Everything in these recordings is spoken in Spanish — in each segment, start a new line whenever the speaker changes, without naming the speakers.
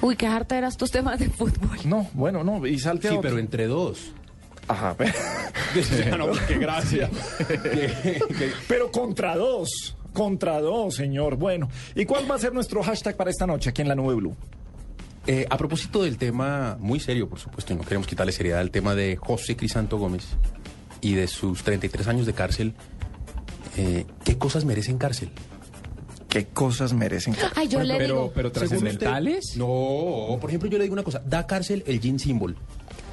Uy, qué harta eras tus temas de fútbol.
No, bueno, no, y salte a
Sí,
otro.
pero entre dos.
Ajá, pero...
Ya no, qué gracia. Qué- qué-
pero contra dos. Contra dos, señor. Bueno, ¿y cuál va a ser nuestro hashtag para esta noche aquí en la nube blue?
Eh, a propósito del tema, muy serio, por supuesto, y no queremos quitarle seriedad al tema de José Crisanto Gómez y de sus 33 años de cárcel, eh, ¿qué cosas merecen cárcel?
¿Qué cosas merecen?
Ay, yo le
Pero,
digo.
pero trascendentales.
No, por ejemplo, yo le digo una cosa, da cárcel el jean symbol.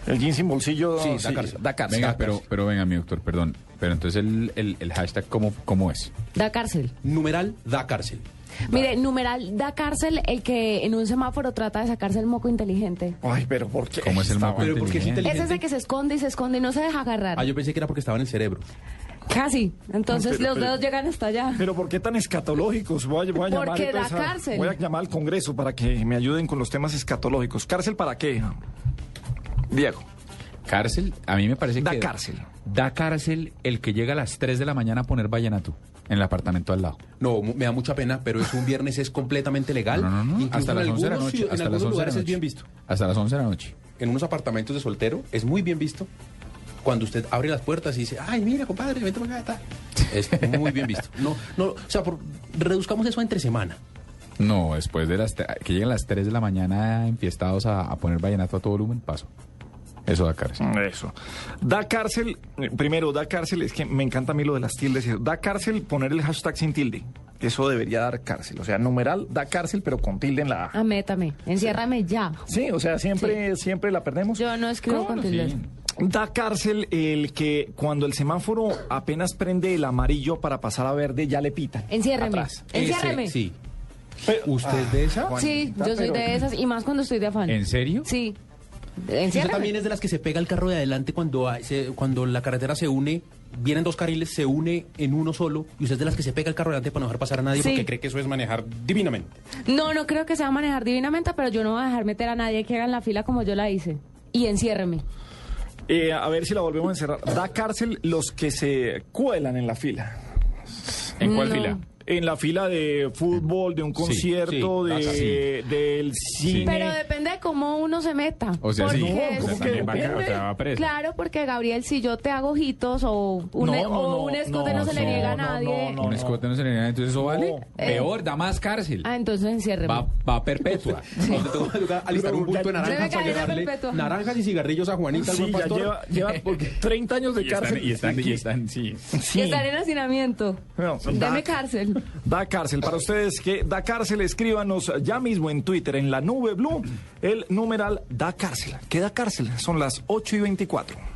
El jean sin bolsillo.
Sí, da cárcel. Da cárcel.
Venga,
Da
pero,
cárcel.
pero venga, mi doctor, perdón. Pero entonces el, el- el hashtag, ¿cómo, ¿cómo es?
Da cárcel.
Numeral, da cárcel.
Mire, numeral da cárcel el que en un semáforo trata de sacarse el moco inteligente.
Ay, pero ¿por qué?
¿Cómo es el
Está
mapa?
Pero porque es
inteligente?
Es ese
inteligente.
que se esconde y se esconde y no se deja agarrar.
Ah, yo pensé que era porque estaba en el cerebro.
Casi. Entonces
Pero,
los
pero-
dedos llegan hasta allá.
Pero ¿por qué tan escatológicos? Voy a, voy a llamar
Porque da
entonces a-
cárcel.
Voy a llamar al Congreso para que me ayuden con los temas escatológicos. ¿Cárcel para qué? Diego.
Cárcel, a mí me parece
Da
que.
cárcel.
Da cárcel el que llega a las 3 de la mañana a poner vallenato en el apartamento al lado.
No, mu- me da mucha pena, pero es un viernes, es completamente legal.
No, no, no.
Incluso
Hasta
en
las 11 de la
algunos
noche.
ciu- En
hasta las
algunos
11 de la
lugares es
noche.
bien visto.
Hasta las 11 de la noche.
en unos apartamentos de soltero es muy bien visto cuando usted abre las puertas y dice, ay, mira, compadre, vente para acá. ta". Es muy bien visto. No, no, o sea, por- reduzcamos eso a entre semana.
No, después de las. te- Que lleguen las 3 de la mañana enfiestados a, a poner vallenato a todo volumen, paso. Eso da cárcel.
Eso. Da cárcel, eh, primero, da cárcel, es que me encanta a mí lo de las tildes. y eso. Da cárcel poner el hashtag sin tilde. Eso debería dar cárcel. O sea, numeral da cárcel, pero con tilde en la
Ah.
A.
Amétame, enciérrame ya.
Sí, o sea, siempre, siempre la perdemos.
Yo no escribo con tildes.
sí.
Da cárcel el que cuando el semáforo apenas prende el amarillo para pasar a verde, ya le pitan.
Enciérreme.
Atrás.
Enciérreme.
Ese,
sí,
sí. ¿Usted
ah.
es de esa?
yo soy de esas y más cuando estoy de afán.
¿En serio?
Sí.
Usted
Enciérrame.
también es de las que se pega el carro de adelante cuando, hay- se- cuando la carretera se une, vienen dos carriles, se une en uno solo, y usted es de las que se pega el carro de adelante para no dejar pasar a nadie
Sí.
porque cree que eso es manejar divinamente.
No, no creo que sea manejar divinamente, pero yo no voy a dejar meter a nadie que haga en la fila como yo la hice. Y enciérreme.
Eh, a ver si la volvemos a encerrar. Da cárcel los que se cuelan en la fila.
¿En cuál
No.
fila?
En la fila de fútbol, de un concierto,
sí, da
Ah,
de, del cine.
Pero depende de cómo uno se meta.
O sea, sí.
Porque
No,
es-
o sea,
¿cómo que
también va, a-
depende?
o sea, va a preso.
Claro, porque Gabriel, si yo te hago ojitos o un, e-,
No,
o
no,
un
no,
escote no,
no,
se le
no,
niega a
no,
nadie.
no,
un escote no Eh. se le niega, entonces eso vale. Peor, da más cárcel.
Ah, entonces enciérreme.
Va, va a perpetua.
Donde tengo que educar- alistar un bulto de
Debe
naranjas para
cadena
llevarle
perpetua.
naranjas y cigarrillos a Juanita, al
Sí,
buen
ya
pastor.
lleva, lleva 30 años de
Y están,
cárcel.
y están, y están, sí.
Sí.
Y estar en hacinamiento.
No,
Dame
da-
cárcel.
Da cárcel. Para ustedes que da cárcel, escríbanos ya mismo en Twitter, en la nube blue, el numeral da cárcel. ¿Qué da cárcel? Son las 8 y 24.